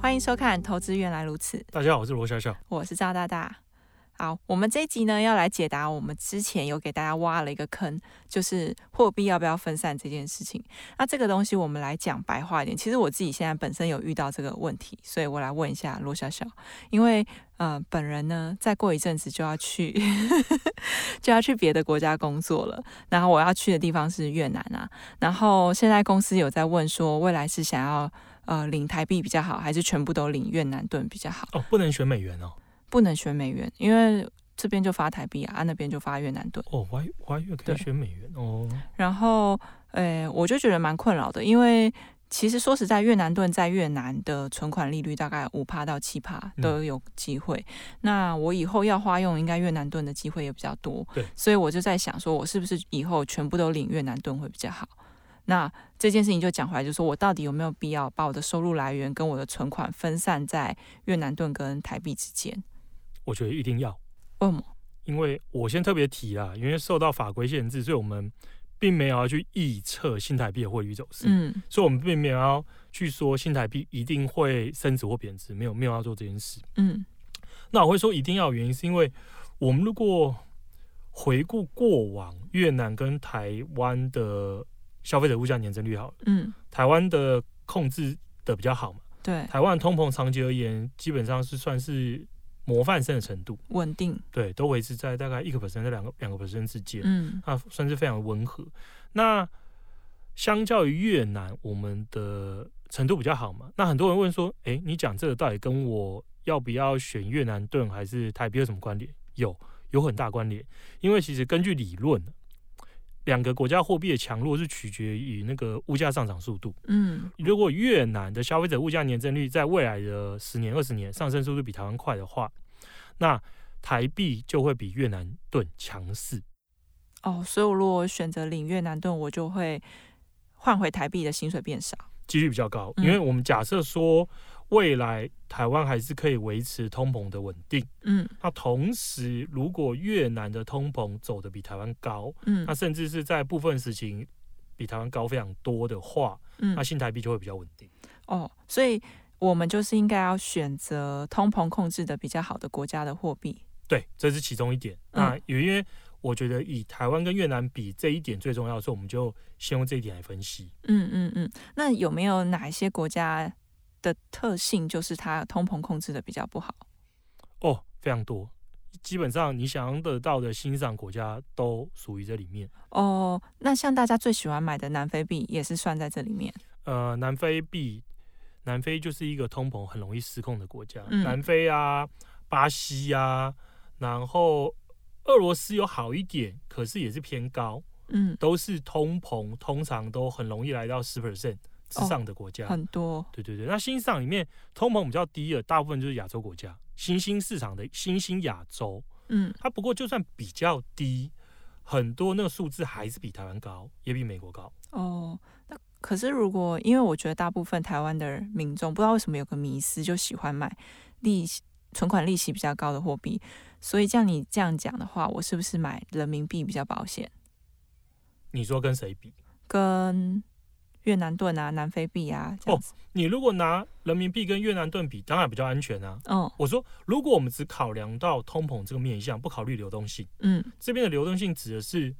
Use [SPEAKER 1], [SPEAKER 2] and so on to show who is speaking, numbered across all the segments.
[SPEAKER 1] 欢迎收看《投资原来如此》，
[SPEAKER 2] 大家好，我是罗小小。
[SPEAKER 1] 我是赵大大。好，我们这一集呢要来解答我们之前有给大家挖了一个坑，就是货币要不要分散这件事情。那这个东西我们来讲白话一点，其实我自己现在本身有遇到这个问题，所以我来问一下罗小小，因为呃本人呢再过一阵子就要去 就要去别的国家工作了，然后我要去的地方是越南啊，然后现在公司有在问说未来是想要。呃，领台币比较好，还是全部都领越南盾比较好？
[SPEAKER 2] 哦，不能选美元哦。
[SPEAKER 1] 不能选美元，因为这边就发台币啊，啊那边就发越南盾。
[SPEAKER 2] 哦，我还我还以为可以
[SPEAKER 1] 对
[SPEAKER 2] 选美元哦。
[SPEAKER 1] 然后，诶，我就觉得蛮困扰的，因为其实说实在，越南盾在越南的存款利率大概五趴到七趴
[SPEAKER 2] 嗯
[SPEAKER 1] 都有机会。那我以后要花用，应该越南盾的机会也比较多。
[SPEAKER 2] 对，
[SPEAKER 1] 所以我就在想，说我是不是以后全部都领越南盾会比较好？那这件事情就讲回来，就是说我到底有没有必要把我的收入来源跟我的存款分散在越南盾跟台币之间？
[SPEAKER 2] 我觉得一定要，
[SPEAKER 1] 为什么？
[SPEAKER 2] 因为我先特别提啦，因为受到法规限制，所以我们并没有要去臆测新台币的汇率走势，
[SPEAKER 1] 嗯，
[SPEAKER 2] 所以我们并没有要去说新台币一定会升值或贬值，没有没有要做这件事。
[SPEAKER 1] 嗯
[SPEAKER 2] 那我会说一定要的原因，是因为我们如果回顾过往越南跟台湾的消费者物价年增率好了，
[SPEAKER 1] 嗯，
[SPEAKER 2] 台湾的控制的比较好嘛。
[SPEAKER 1] 对，
[SPEAKER 2] 台湾通膨长期而言，基本上是算是模范生的程度，
[SPEAKER 1] 稳定，
[SPEAKER 2] 对，都维持在大概一个 percent 到两个两个 percent 之间，
[SPEAKER 1] 嗯
[SPEAKER 2] 那算是非常温和。那相较于越南，我们的程度比较好嘛。那很多人问说，诶，你讲这个到底跟我要不要选越南盾还是台币有什么关联？有，有很大关联，因为其实根据理论。两个国家货币的强弱是取决于那个物价上涨速度。
[SPEAKER 1] 嗯
[SPEAKER 2] 如果越南的消费者物价年增率在未来的十年、二十年上升速度比台湾快的话，那台币就会比越南盾强势。
[SPEAKER 1] 哦，所以我如果选择领越南盾，我就会换回台币的薪水变少。
[SPEAKER 2] 几率比较高，因
[SPEAKER 1] 嗯
[SPEAKER 2] 为我们假设说未来台湾还是可以维持通膨的稳定，
[SPEAKER 1] 嗯
[SPEAKER 2] 那同时如果越南的通膨走得比台湾高，
[SPEAKER 1] 嗯
[SPEAKER 2] 那甚至是在部分时期比台湾高非常多的话，那
[SPEAKER 1] 嗯
[SPEAKER 2] 新台币就会比较稳定。
[SPEAKER 1] 哦，所以我们就是应该要选择通膨控制的比较好的国家的货币。
[SPEAKER 2] 对，这是其中一点。
[SPEAKER 1] 嗯
[SPEAKER 2] 那有因为我觉得以台湾跟越南比这一点最重要，所以我们就先用这一点来分析。
[SPEAKER 1] 嗯嗯嗯，那有没有哪一些国家的特性就是它通膨控制的比较不好？
[SPEAKER 2] 哦，非常多，基本上你想象得到的新赏国家都属于这里面。
[SPEAKER 1] 哦，那像大家最喜欢买的南非币也是算在这里面。
[SPEAKER 2] 呃，南非币，南非就是一个通膨很容易失控的国家，
[SPEAKER 1] 嗯
[SPEAKER 2] 南非啊，巴西啊，然后俄罗斯有好一点，可是也是偏高，
[SPEAKER 1] 嗯，
[SPEAKER 2] 都是通膨，通常都很容易来到十 percent 之
[SPEAKER 1] 哦
[SPEAKER 2] 上的国家。
[SPEAKER 1] 很多。
[SPEAKER 2] 对啊对对，那新市场里面通膨比较低的，大部分就是亚洲国家，新兴市场的新兴亚洲，
[SPEAKER 1] 嗯
[SPEAKER 2] 它不过就算比较低，很多那个数字还是比台湾高，也比美国高。
[SPEAKER 1] 哦，那可是如果因为我觉得大部分台湾的民众不知道为什么有个迷思，就喜欢买利息存款利息比较高的货币，所以像你这样讲的话，我是不是买人民币比较保险？
[SPEAKER 2] 你说跟谁比？
[SPEAKER 1] 跟越南盾啊、南非币啊这样子？
[SPEAKER 2] 你如果拿人民币跟越南盾比，当然比较安全啊。
[SPEAKER 1] 哦、
[SPEAKER 2] 我说，如果我们只考量到通膨这个面向，不考虑流动性，
[SPEAKER 1] 嗯
[SPEAKER 2] 这边的流动性指的是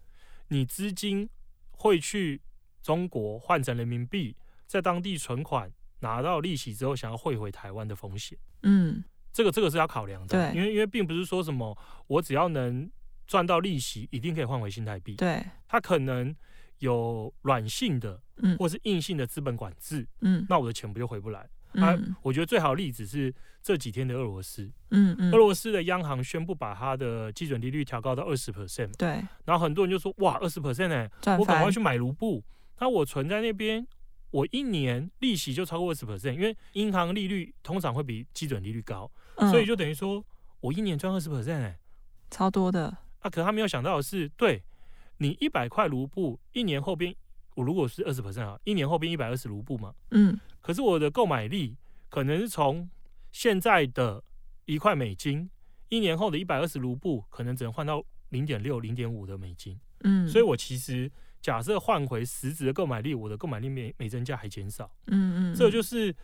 [SPEAKER 2] 你资金会去中国换成人民币，在当地存款拿到利息之后，想要汇回台湾的风险。
[SPEAKER 1] 嗯
[SPEAKER 2] 这个这个是要考量的，
[SPEAKER 1] 对
[SPEAKER 2] 因为因为并不是说什么我只要能赚到利息，一定可以换回新台币，
[SPEAKER 1] 对，
[SPEAKER 2] 它可能有软性的
[SPEAKER 1] 嗯
[SPEAKER 2] 或是硬性的资本管制，
[SPEAKER 1] 嗯
[SPEAKER 2] 那我的钱不就回不来？啊
[SPEAKER 1] 嗯
[SPEAKER 2] 我觉得最好的例子是这几天的俄罗斯，
[SPEAKER 1] 嗯
[SPEAKER 2] 俄
[SPEAKER 1] 嗯，
[SPEAKER 2] 罗斯的央行宣布把它的基准利率调高到二十 percent，
[SPEAKER 1] 对，
[SPEAKER 2] 然后很多人就说哇二十 percent 哎，
[SPEAKER 1] 赚
[SPEAKER 2] 我赶
[SPEAKER 1] 翻
[SPEAKER 2] 快去买卢布，那我存在那边，我一年利息就超过二十 percent，因为银行利率通常会比基准利率高，
[SPEAKER 1] 嗯
[SPEAKER 2] 所以就等于说我一年赚二十 percent 哎，
[SPEAKER 1] 超多的，
[SPEAKER 2] 啊，可他没有想到的是，对你一百块卢布，一年后变我如果是二十 percent 啊，一年后变一百二十卢布嘛，
[SPEAKER 1] 嗯
[SPEAKER 2] 可是我的购买力可能是从现在的一块美金，一年后的一百二十卢布，可能只能换到零点六、零点五的美金，
[SPEAKER 1] 嗯，
[SPEAKER 2] 所以我其实假设换回实质的购买力，我的购买力每每增加还减少。
[SPEAKER 1] 嗯嗯，
[SPEAKER 2] 这就是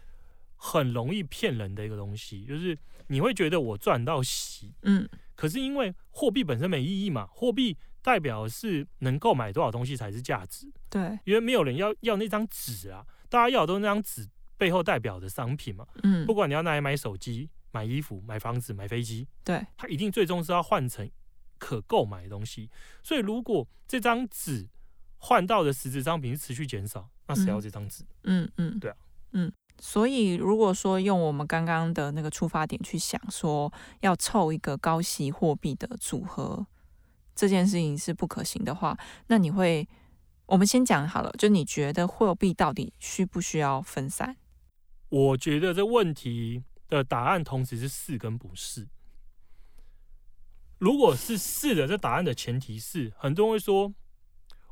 [SPEAKER 2] 很容易骗人的一个东西，就是你会觉得我赚到息，
[SPEAKER 1] 嗯
[SPEAKER 2] 可是因为货币本身没意义嘛，货币代表是能购买多少东西才是价值，
[SPEAKER 1] 对，
[SPEAKER 2] 因为没有人要要那张纸啊，大家要的都是那张纸背后代表的商品嘛，
[SPEAKER 1] 嗯
[SPEAKER 2] 不管你要拿来买手机、买衣服、买房子、买飞机，
[SPEAKER 1] 对，
[SPEAKER 2] 它一定最终是要换成可购买的东西，所以如果这张纸换到的实质商品是持续减少，那谁要
[SPEAKER 1] 嗯
[SPEAKER 2] 这张纸？
[SPEAKER 1] 嗯嗯，
[SPEAKER 2] 对啊，
[SPEAKER 1] 嗯。所以，如果说用我们刚刚的那个出发点去想，说要凑一个高息货币的组合，这件事情是不可行的话，那你会，我们先讲好了，就你觉得货币到底需不需要分散？
[SPEAKER 2] 我觉得这问题的答案同时是是跟不是。如果是是的，这答案的前提是，很多人会说，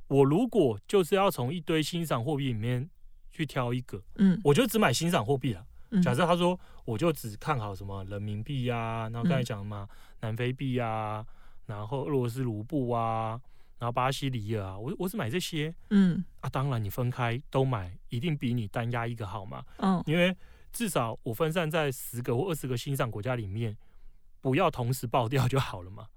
[SPEAKER 2] 我如果就是要从一堆欣赏货币里面去挑一个，
[SPEAKER 1] 嗯
[SPEAKER 2] 我就只买欣赏货币了。啊
[SPEAKER 1] 嗯，
[SPEAKER 2] 假设他说，我就只看好什么人民币啊，然后刚才讲的嘛，南非币啊，然后俄罗斯卢布啊，然后巴西里尔啊，我我只买这些
[SPEAKER 1] 嗯
[SPEAKER 2] 啊。当然，你分开都买，一定比你单压一个好嘛。
[SPEAKER 1] 嗯
[SPEAKER 2] 因为至少我分散在十个或二十个新上国家里面，不要同时爆掉就好了嘛。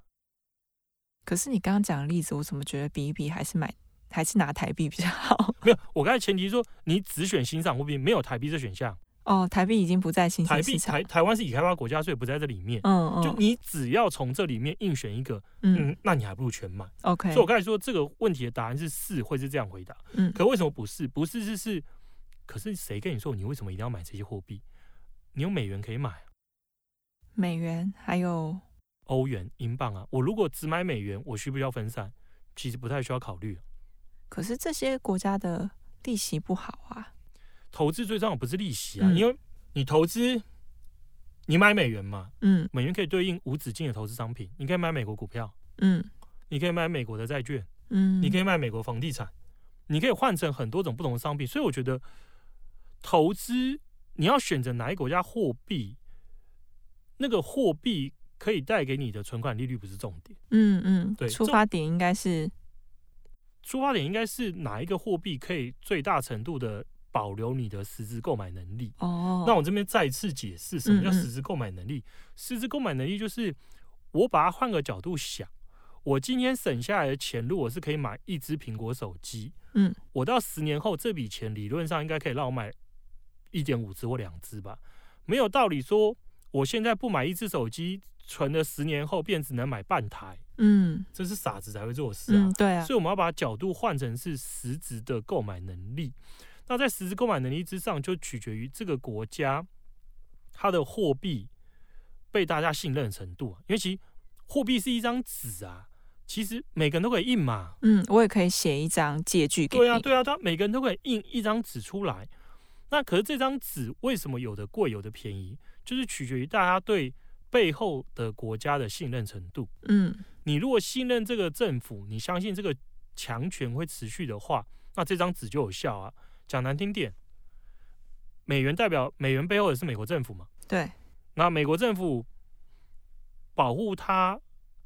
[SPEAKER 1] 可是你刚刚讲的例子，我怎么觉得比一比还是买还是拿台币比较好？
[SPEAKER 2] 没有，我刚才前提是说你只选新上货币，没有台币这选项。
[SPEAKER 1] 哦，台币已经不在新兴
[SPEAKER 2] 台
[SPEAKER 1] 市
[SPEAKER 2] 币
[SPEAKER 1] 场
[SPEAKER 2] 台，台湾是已开发国家，所以不在这里面。
[SPEAKER 1] 嗯嗯，
[SPEAKER 2] 就你只要从这里面硬选一个，
[SPEAKER 1] 嗯
[SPEAKER 2] 嗯，那你还不如全买。
[SPEAKER 1] ，OK，
[SPEAKER 2] 所以我刚才说这个问题的答案是是，会是这样回答。
[SPEAKER 1] 嗯
[SPEAKER 2] 可为什么不是？不是是是，可是谁跟你说你为什么一定要买这些货币？你有美元可以买，
[SPEAKER 1] 美元还有
[SPEAKER 2] 欧元、英镑啊。我如果只买美元，我需不需要分散？其实不太需要考虑。
[SPEAKER 1] 可是这些国家的利息不好啊。
[SPEAKER 2] 投资最重要不是利息啊，
[SPEAKER 1] 嗯
[SPEAKER 2] 因为你投资，你买美元嘛，
[SPEAKER 1] 嗯
[SPEAKER 2] 美元可以对应无止境的投资商品，你可以买美国股票，
[SPEAKER 1] 嗯
[SPEAKER 2] 你可以买美国的债券，
[SPEAKER 1] 嗯，
[SPEAKER 2] 你可以买美国房地产，你可以换成很多种不同的商品。所以我觉得，投资你要选择哪一个国家货币，那个货币可以带给你的存款利率不是重点，
[SPEAKER 1] 嗯嗯，
[SPEAKER 2] 对
[SPEAKER 1] 出
[SPEAKER 2] 这
[SPEAKER 1] 发点应该是
[SPEAKER 2] 出发点应该是哪一个货币可以最大程度的保留你的实质购买能力。
[SPEAKER 1] 哦，
[SPEAKER 2] 那我这边再次解释什么
[SPEAKER 1] 嗯
[SPEAKER 2] 叫
[SPEAKER 1] 嗯
[SPEAKER 2] 实质购买能力。实质购买能力就是我把它换个角度想，我今天省下来的钱，如果是可以买一只苹果手机，
[SPEAKER 1] 嗯，
[SPEAKER 2] 我到十年后这笔钱理论上应该可以让我买一点五只或两只吧，没有道理说我现在不买一只手机，存了十年后便只能买半台，
[SPEAKER 1] 嗯
[SPEAKER 2] 这是傻子才会做的事啊。
[SPEAKER 1] 嗯，对啊，
[SPEAKER 2] 所以我们要把角度换成是实质的购买能力。那在实质购买能力之上，就取决于这个国家它的货币被大家信任的程度啊。因为其实货币是一张纸啊，其实每个人都可以印嘛。
[SPEAKER 1] 嗯，我也可以写一张借据给你。
[SPEAKER 2] 对啊，对啊，他每个人都可以印一张纸出来。那可是这张纸为什么有的贵，有的便宜，就是取决于大家对背后的国家的信任程度。
[SPEAKER 1] 嗯
[SPEAKER 2] 你如果信任这个政府，你相信这个强权会持续的话，那这张纸就有效啊。讲难听点，美元代表美元背后也是美国政府嘛。
[SPEAKER 1] 对，
[SPEAKER 2] 那美国政府保护他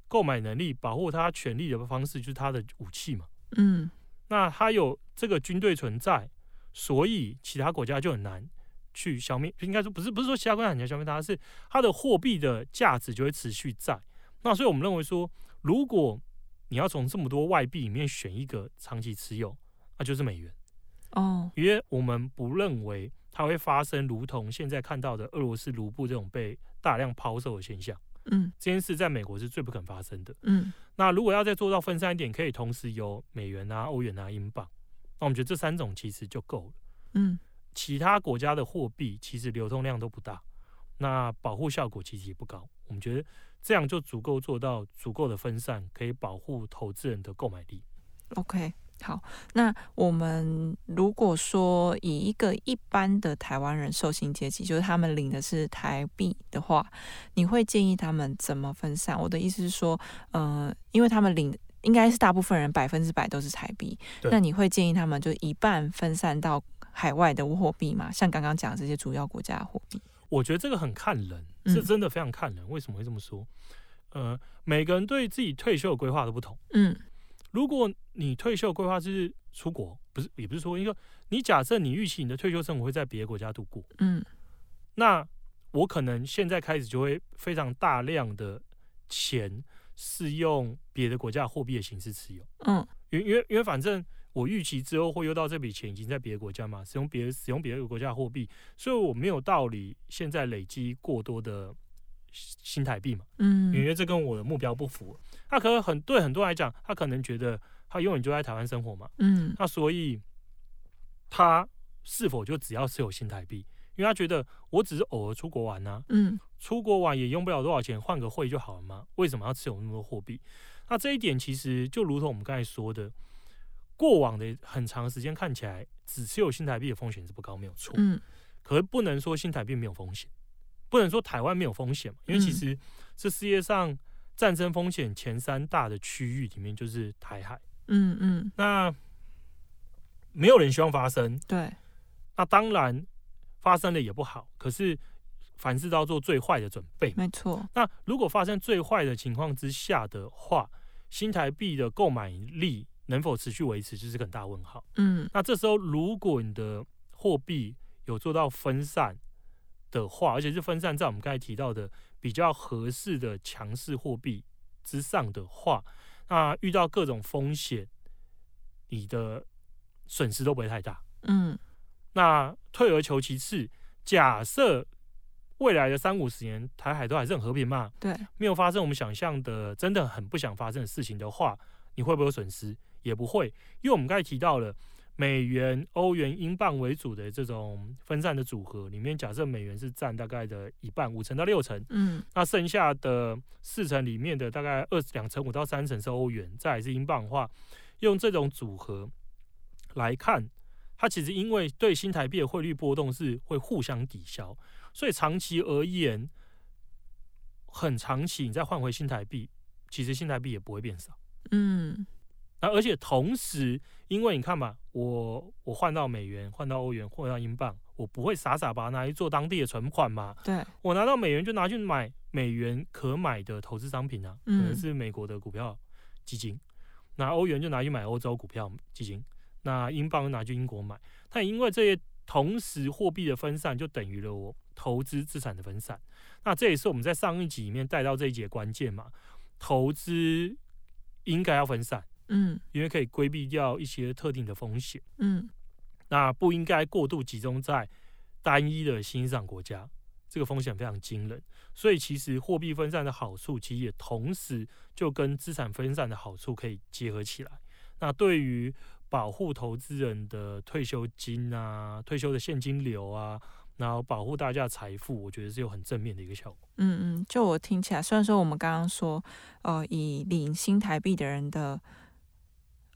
[SPEAKER 2] 购买能力、保护他权利的方式就是他的武器嘛。
[SPEAKER 1] 嗯
[SPEAKER 2] 那他有这个军队存在，所以其他国家就很难去消灭。应该说不是不是说其他国家很难消灭它，是它的货币的价值就会持续在。那所以我们认为说，如果你要从这么多外币里面选一个长期持有，那就是美元，
[SPEAKER 1] 哦
[SPEAKER 2] 因为我们不认为它会发生如同现在看到的俄罗斯卢布这种被大量抛售的现象。
[SPEAKER 1] 嗯
[SPEAKER 2] 这件事在美国是最不肯发生的。
[SPEAKER 1] 嗯
[SPEAKER 2] 那如果要再做到分散一点，可以同时有美元啊、欧元啊、英镑。那我们觉得这三种其实就够了。
[SPEAKER 1] 嗯
[SPEAKER 2] 其他国家的货币其实流通量都不大，那保护效果其实也不高。我们觉得这样就足够做到足够的分散，可以保护投资人的购买力。
[SPEAKER 1] ，OK。好，那我们如果说以一个一般的台湾人受薪阶级，就是他们领的是台币的话，你会建议他们怎么分散？我的意思是说，呃，因为他们领应该是大部分人百分之百都是台币，
[SPEAKER 2] 对
[SPEAKER 1] 那你会建议他们就一半分散到海外的货币吗？像刚刚讲的这些主要国家的货币，
[SPEAKER 2] 我觉得这个很看人，
[SPEAKER 1] 嗯
[SPEAKER 2] 是真的非常看人。为什么会这么说？呃，每个人对自己退休的规划都不同。
[SPEAKER 1] 嗯
[SPEAKER 2] 如果你退休规划是出国，不是也不是说一个，你假设你预期你的退休生活会在别的国家度过，
[SPEAKER 1] 嗯
[SPEAKER 2] 那我可能现在开始就会非常大量的钱是用别的国家货币的形式持有，
[SPEAKER 1] 嗯
[SPEAKER 2] 因为因为因为反正我预期之后会用到这笔钱已经在别的国家嘛，使用别的使用别的国家货币，所以我没有道理现在累积过多的新新台币嘛。因
[SPEAKER 1] 嗯
[SPEAKER 2] 为这跟我的目标不符。他可能很对很多人来讲，他可能觉得他永远就在台湾生活嘛，
[SPEAKER 1] 嗯
[SPEAKER 2] 那所以他是否就只要持有新台币？因为他觉得我只是偶尔出国玩呐、
[SPEAKER 1] 嗯
[SPEAKER 2] 出国玩也用不了多少钱，换个汇就好了嘛，为什么要持有那么多货币？那这一点其实就如同我们刚才说的，过往的很长时间看起来只持有新台币的风险是不高，没有错。
[SPEAKER 1] 嗯
[SPEAKER 2] 可是不能说新台币没有风险，不能说台湾没有风险嘛，因为其
[SPEAKER 1] 嗯
[SPEAKER 2] 实这世界上战争风险前三大的区域里面就是台海，
[SPEAKER 1] 嗯嗯，
[SPEAKER 2] 那没有人希望发生，
[SPEAKER 1] 对，
[SPEAKER 2] 那当然发生了也不好，可是凡事都要做最坏的准备嘛。
[SPEAKER 1] 没错，
[SPEAKER 2] 那如果发生最坏的情况之下的话，新台币的购买力能否持续维持，就是个很大问号。
[SPEAKER 1] 嗯
[SPEAKER 2] 那这时候，如果你的货币有做到分散的话，而且是分散在我们刚才提到的比较合适的强势货币之上的话，那遇到各种风险，你的损失都不会太大。
[SPEAKER 1] 嗯
[SPEAKER 2] 那退而求其次，假设未来的三五十年，台海都还是很和平嘛，
[SPEAKER 1] 对，
[SPEAKER 2] 没有发生我们想象的，真的很不想发生的事情的话，你会不会有损失？也不会，因为我们刚才提到了美元、欧元、英镑为主的这种分散的组合里面，假设美元是占大概的一半，五成到六成，
[SPEAKER 1] 嗯
[SPEAKER 2] 那剩下的四成里面的大概二两成五到三成是欧元，再来是英镑的话，用这种组合来看，它其实因为对新台币的汇率波动是会互相抵消，所以长期而言，很长期你再换回新台币，其实新台币也不会变少。
[SPEAKER 1] 嗯
[SPEAKER 2] 那而且同时，因为你看嘛，我我换到美元，换到欧元，换到英镑，我不会傻傻把它拿去做当地的存款嘛，
[SPEAKER 1] 对，
[SPEAKER 2] 我拿到美元就拿去买美元可买的投资商品啊，可
[SPEAKER 1] 嗯
[SPEAKER 2] 能是美国的股票基金，拿欧元就拿去买欧洲股票基金，那英镑就拿去英国买。但因为这些同时货币的分散，就等于了我投资资产的分散。那这也是我们在上一集里面带到这一节关键嘛，投资应该要分散，
[SPEAKER 1] 嗯
[SPEAKER 2] 因为可以规避掉一些特定的风险。
[SPEAKER 1] 嗯
[SPEAKER 2] 那不应该过度集中在单一的新上国家，这个风险非常惊人。所以其实货币分散的好处，其实也同时就跟资产分散的好处可以结合起来。那对于保护投资人的退休金啊、退休的现金流啊，然后保护大家的财富，我觉得是有很正面的一个效果。
[SPEAKER 1] 嗯嗯，就我听起来，虽然说我们刚刚说，呃，以领新台币的人的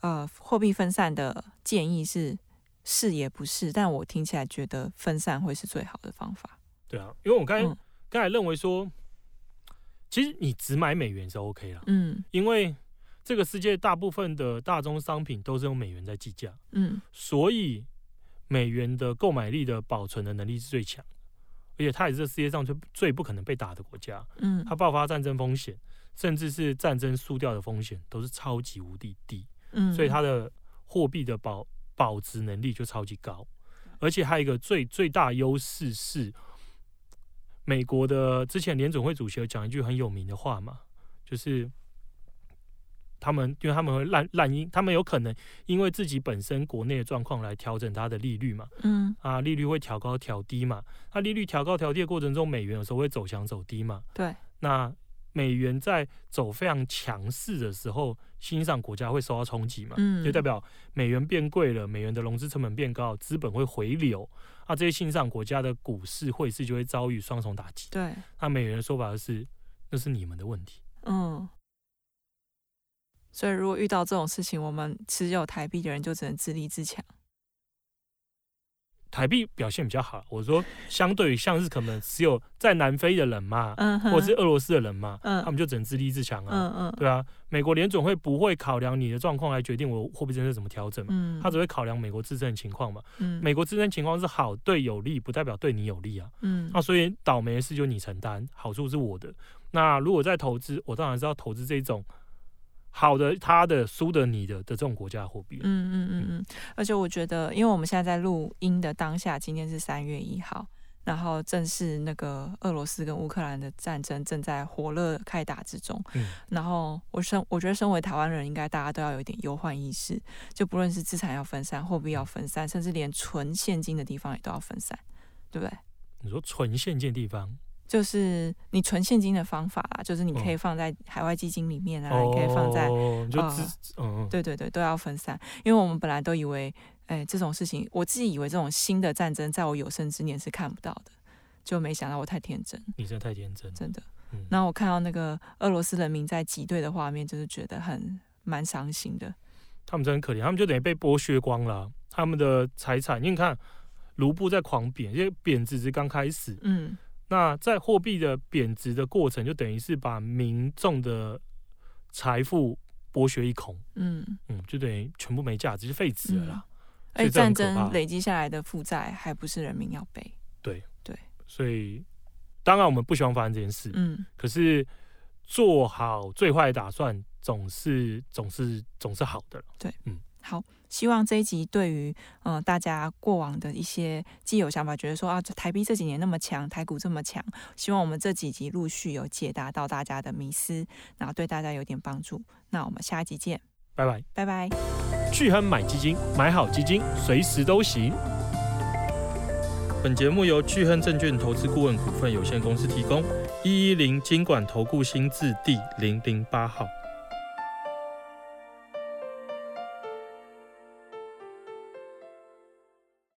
[SPEAKER 1] 呃货币分散的建议是是也不是，但我听起来觉得分散会是最好的方法。
[SPEAKER 2] 对啊，因为我刚才
[SPEAKER 1] 嗯
[SPEAKER 2] 刚、才认为说，其实你只买美元是 OK 啦，
[SPEAKER 1] 嗯
[SPEAKER 2] 因为这个世界大部分的大宗商品都是用美元在计价。
[SPEAKER 1] 嗯
[SPEAKER 2] 所以美元的购买力的保存的能力是最强，而且它也是这世界上最最不可能被打的国家。
[SPEAKER 1] 嗯
[SPEAKER 2] 它爆发战争风险，甚至是战争输掉的风险都是超级无敌低，
[SPEAKER 1] 嗯，
[SPEAKER 2] 所以它的货币的保保值能力就超级高。而且还有一个最最大优势是，美国的之前联总会主席有讲一句很有名的话嘛，就是他们因为他们会滥滥因，他们有可能因为自己本身国内的状况来调整它的利率嘛，
[SPEAKER 1] 嗯
[SPEAKER 2] 啊，利率会调高调低嘛，那利率调高调低的过程中，美元有时候会走强走低嘛，
[SPEAKER 1] 对，
[SPEAKER 2] 那美元在走非常强势的时候，新上国家会受到冲击嘛，
[SPEAKER 1] 嗯
[SPEAKER 2] 就代表美元变贵了，美元的融资成本变高，资本会回流，啊，这些新上国家的股市、汇市就会遭遇双重打击。
[SPEAKER 1] 对，
[SPEAKER 2] 那美元的说法就是，那是你们的问题，
[SPEAKER 1] 嗯所以如果遇到这种事情，我们持有台币的人就只能自立自强。
[SPEAKER 2] 台币表现比较好。我说，相对于像是可能只有在南非的人嘛，
[SPEAKER 1] 嗯哼，
[SPEAKER 2] 或者是俄罗斯的人嘛，
[SPEAKER 1] 嗯
[SPEAKER 2] 他们就只能自立自强啊。
[SPEAKER 1] 嗯嗯
[SPEAKER 2] 对啊，美国联总会不会考量你的状况来决定我货币政策怎么调整嘛？
[SPEAKER 1] 嗯，
[SPEAKER 2] 他只会考量美国自身的情况嘛。
[SPEAKER 1] 嗯
[SPEAKER 2] 美国自身情况是好对有利，不代表对你有利啊。
[SPEAKER 1] 嗯
[SPEAKER 2] 那所以倒霉的事就你承担，好处是我的。那如果在投资，我当然是要投资这种好的他的、输的你的的这种国家的货币。
[SPEAKER 1] 嗯嗯嗯嗯，而且我觉得，因为我们现在在录音的当下，今天是三月一号，然后正是那个俄罗斯跟乌克兰的战争正在火热开打之中。
[SPEAKER 2] 嗯
[SPEAKER 1] 然后我身我觉得身为台湾人，应该大家都要有一点忧患意识，就不论是资产要分散，货币要分散，
[SPEAKER 2] 嗯
[SPEAKER 1] 甚至连存现金的地方也都要分散，对不对？
[SPEAKER 2] 你说纯现金地方，
[SPEAKER 1] 就是你存现金的方法啦，就是你可以
[SPEAKER 2] 嗯
[SPEAKER 1] 放在海外基金里面啊，
[SPEAKER 2] 哦，
[SPEAKER 1] 你可以放在
[SPEAKER 2] 你就
[SPEAKER 1] 呃
[SPEAKER 2] 自嗯嗯
[SPEAKER 1] 对对对，都要分散，因为我们本来都以为，哎，这种事情，我自己以为这种新的战争，在我有生之年是看不到的，就没想到我太天真，
[SPEAKER 2] 你真的太天真了。
[SPEAKER 1] 真的。
[SPEAKER 2] 嗯，
[SPEAKER 1] 然后我看到那个俄罗斯人民在挤兑的画面，就是觉得很蛮伤心的。
[SPEAKER 2] 他们真的很可怜，他们就等于被剥削光了啊他们的财产。因为你看，卢布在狂贬，因为贬值是刚开始，
[SPEAKER 1] 嗯
[SPEAKER 2] 那在货币的贬值的过程，就等于是把民众的财富剥削一空，
[SPEAKER 1] 嗯，
[SPEAKER 2] 嗯，就等于全部没价值，就废纸了啦。啊
[SPEAKER 1] 而且
[SPEAKER 2] 所以这
[SPEAKER 1] 战
[SPEAKER 2] 很可怕
[SPEAKER 1] 争累积下来的负债，还不是人民要背。
[SPEAKER 2] 所以，当然我们不希望发生这件事，
[SPEAKER 1] 嗯
[SPEAKER 2] 可是做好最坏的打算，总是总是总是好的啦。
[SPEAKER 1] 好，希望这一集对于嗯、呃大家过往的一些既有想法，觉得说啊，台币这几年那么强，台股这么强，希望我们这几集陆续有解答到大家的迷思，然后对大家有点帮助。那我们下一集见，
[SPEAKER 2] 拜拜，
[SPEAKER 1] 拜拜。
[SPEAKER 2] 巨亨买基金，买好基金，随时都行。本节目由巨亨证券投资顾问股份有限公司提供，一一零金管投顾新字第零零八号。